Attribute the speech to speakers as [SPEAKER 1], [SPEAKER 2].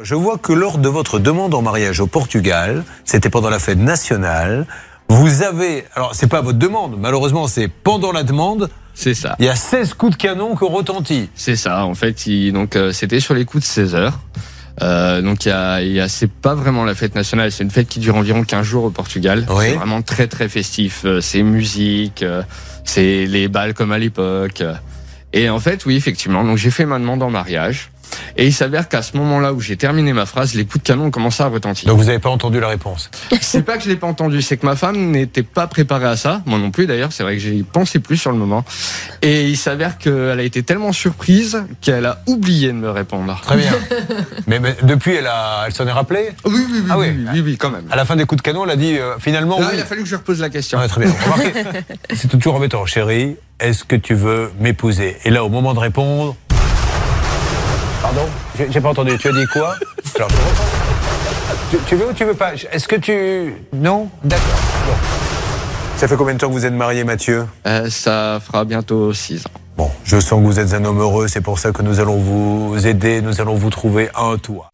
[SPEAKER 1] Je vois que lors de votre demande en mariage au Portugal, c'était pendant la fête nationale, vous avez, alors c'est pas votre demande, malheureusement c'est pendant la demande,
[SPEAKER 2] C'est ça.
[SPEAKER 1] il y a 16 coups de canon qui ont retenti.
[SPEAKER 2] C'est ça. En fait, il- donc euh, c'était sur les coups de 16 heures. Euh, donc il y a, il y a- c'est pas vraiment la fête nationale, c'est une fête qui dure environ 15 jours au Portugal.
[SPEAKER 1] Oui.
[SPEAKER 2] C'est vraiment très très festif. Euh, C'est musique, euh, c'est les balles comme à l'époque. Et en fait, oui, effectivement. Donc j'ai fait ma demande en mariage. Et il s'avère qu'à ce moment-là où j'ai terminé ma phrase, les coups de canon ont commencé à retentir.
[SPEAKER 1] Donc vous n'avez pas entendu la réponse.
[SPEAKER 2] C'est pas que je l'ai pas entendu, c'est que ma femme n'était pas préparée à ça. Moi non plus d'ailleurs, c'est vrai que j'y pensais plus sur le moment. Et il s'avère qu'elle a été tellement surprise qu'elle a oublié de me répondre.
[SPEAKER 1] Très bien. mais, mais depuis, elle, a- elle s'en est rappelée.
[SPEAKER 2] Oui, oui, oui,
[SPEAKER 1] Ah
[SPEAKER 2] oui,
[SPEAKER 1] oui.
[SPEAKER 2] oui, oui, oui, quand même.
[SPEAKER 1] À la fin des coups de canon, elle a dit euh, finalement
[SPEAKER 2] Là,
[SPEAKER 1] oui.
[SPEAKER 2] il a fallu que je repose la question.
[SPEAKER 1] Ouais, très bien. Remarquez, c'est toujours embêtant. Chérie, est-ce que tu veux m'épouser Et là, au moment de répondre. Pardon J'ai j'ai pas entendu. Tu as dit quoi Alors, je reprends. Tu, tu veux ou tu veux pas Est-ce que tu. Non D'accord. Bon. Ça fait combien de temps que vous êtes mariés, Mathieu
[SPEAKER 2] Euh, ça fera bientôt 6 ans.
[SPEAKER 1] Bon, je sens que vous êtes un homme heureux, c'est pour ça que nous allons vous aider, nous allons vous trouver un toit.